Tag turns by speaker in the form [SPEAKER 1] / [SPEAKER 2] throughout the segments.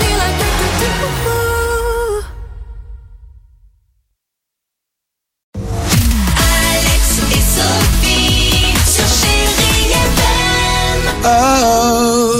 [SPEAKER 1] like do, do, do. Alex et Sophie sur Chérie FM.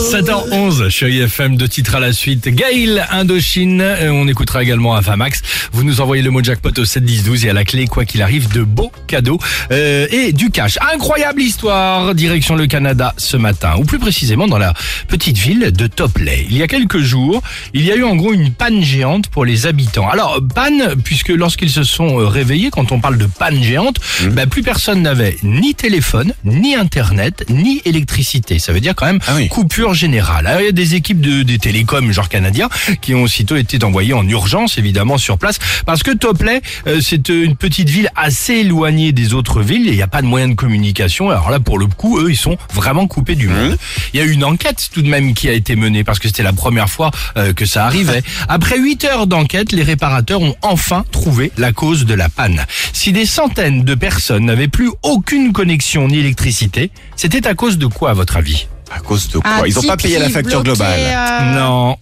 [SPEAKER 2] 7h11, chérie FM, deux titres à la suite. Gaël, Indochine, euh, on écoutera également Avamax. Vous nous envoyez le mot jackpot au 7 10 12 et à la clé, quoi qu'il arrive, de beaux cadeaux euh, et du cash. Incroyable histoire, direction le Canada ce matin, ou plus précisément dans la petite ville de Topley. Il y a quelques jours, il y a eu en gros une panne géante pour les habitants. Alors, panne, puisque lorsqu'ils se sont euh, réveillés, quand on parle de panne géante, bah, plus personne n'avait ni téléphone, ni internet, ni électricité. Ça veut dire quand même
[SPEAKER 3] Ah oui.
[SPEAKER 2] coupure générale. Alors, il y a des équipes de, des télécoms, genre canadiens, qui ont aussitôt été envoyées en urgence, évidemment, sur place. Parce que Topley, euh, c'est euh, une petite ville assez éloignée des autres villes et il n'y a pas de moyen de communication. Alors là, pour le coup, eux, ils sont vraiment coupés
[SPEAKER 3] Mmh.
[SPEAKER 2] du monde. Il y a eu une enquête tout de même qui a été menée parce que c'était la première fois euh, que ça arrivait. Après 8 heures d'enquête, les réparateurs ont enfin trouvé la cause de la panne. Si des centaines de personnes n'avaient plus aucune connexion ni électricité, c'était à cause de quoi, à votre avis
[SPEAKER 3] À cause de quoi
[SPEAKER 4] Un
[SPEAKER 3] Ils ont
[SPEAKER 4] type
[SPEAKER 3] pas payé
[SPEAKER 4] qui
[SPEAKER 3] la facture
[SPEAKER 4] bloquait,
[SPEAKER 3] globale.
[SPEAKER 4] euh,
[SPEAKER 2] Non.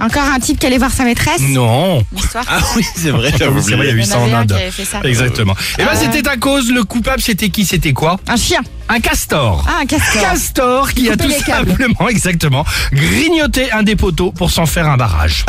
[SPEAKER 4] Encore un type qui allait voir sa maîtresse
[SPEAKER 2] Non.
[SPEAKER 4] L'histoire.
[SPEAKER 3] Ah oui, c'est vrai, j'avoue,
[SPEAKER 2] C'est vrai, il y
[SPEAKER 3] c'est
[SPEAKER 2] a
[SPEAKER 3] vrai.
[SPEAKER 2] eu
[SPEAKER 4] Il y
[SPEAKER 2] ça
[SPEAKER 4] en
[SPEAKER 2] en
[SPEAKER 4] avait un qui Ah
[SPEAKER 2] Inde.
[SPEAKER 4] avait fait ça.
[SPEAKER 2] Exactement. Et ben c'était à cause, le coupable c'était qui, c'était quoi
[SPEAKER 4] Un chien.
[SPEAKER 2] Un castor.
[SPEAKER 4] Ah, un castor.
[SPEAKER 2] Castor qui a
[SPEAKER 4] Couper
[SPEAKER 2] tout
[SPEAKER 4] les câbles.
[SPEAKER 2] simplement, exactement, grignoté un des poteaux pour s'en faire un barrage.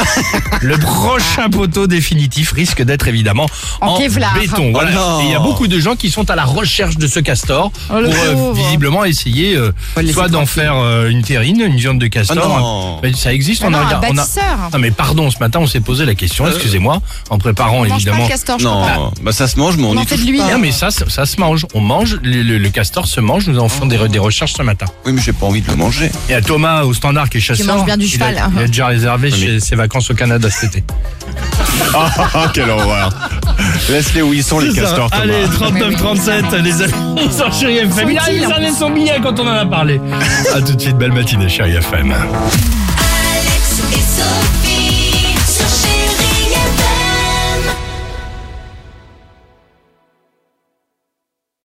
[SPEAKER 2] le prochain poteau définitif risque d'être évidemment en,
[SPEAKER 4] Ah. En Kevlar.
[SPEAKER 2] béton. Voilà.
[SPEAKER 3] Oh non.
[SPEAKER 2] Et il y a beaucoup de gens qui sont à la recherche de ce castor
[SPEAKER 4] Oh, le
[SPEAKER 2] pour euh,
[SPEAKER 4] pauvre.
[SPEAKER 2] visiblement essayer euh, soit d'en faire euh, une terrine, une viande de
[SPEAKER 3] Ah non.
[SPEAKER 2] castor. Hein. Mais ça existe, on
[SPEAKER 4] Ah non,
[SPEAKER 2] a,
[SPEAKER 4] un
[SPEAKER 2] regard- on a-
[SPEAKER 4] bâtisseur.
[SPEAKER 2] Non mais pardon, ce matin on s'est posé la question,
[SPEAKER 3] Euh.
[SPEAKER 2] excusez-moi, en préparant
[SPEAKER 4] On mange pas
[SPEAKER 2] évidemment.
[SPEAKER 4] le castor, je crois.
[SPEAKER 3] Non, bah ça se mange, mais on,
[SPEAKER 4] On en
[SPEAKER 3] y
[SPEAKER 4] fait
[SPEAKER 3] touche
[SPEAKER 4] de l'huile.
[SPEAKER 3] pas.
[SPEAKER 2] Non, mais ça, ça, ça se mange. On mange, le, le- le castor se mange. Nous en faisons des, re- des recherches ce matin.
[SPEAKER 3] Oui, mais j'ai pas envie de le manger.
[SPEAKER 2] Et à Thomas, au standard, qui est chasseur.
[SPEAKER 4] mange bien du
[SPEAKER 2] il a-
[SPEAKER 4] cheval,
[SPEAKER 2] Il a,
[SPEAKER 4] hein.
[SPEAKER 2] déjà réservé chez ses vacances au Canada cet été.
[SPEAKER 3] Ah, quelle horreur. Laisse-les où ils sont, les castors, Thomas.
[SPEAKER 2] Allez, 39, 37, les amis, ils sont chérie FM.
[SPEAKER 4] Sont-ils,
[SPEAKER 2] Ils en sont bien quand on en a parlé. À tout de suite, belle matinée, chérie FM.
[SPEAKER 1] Alex et Sophie.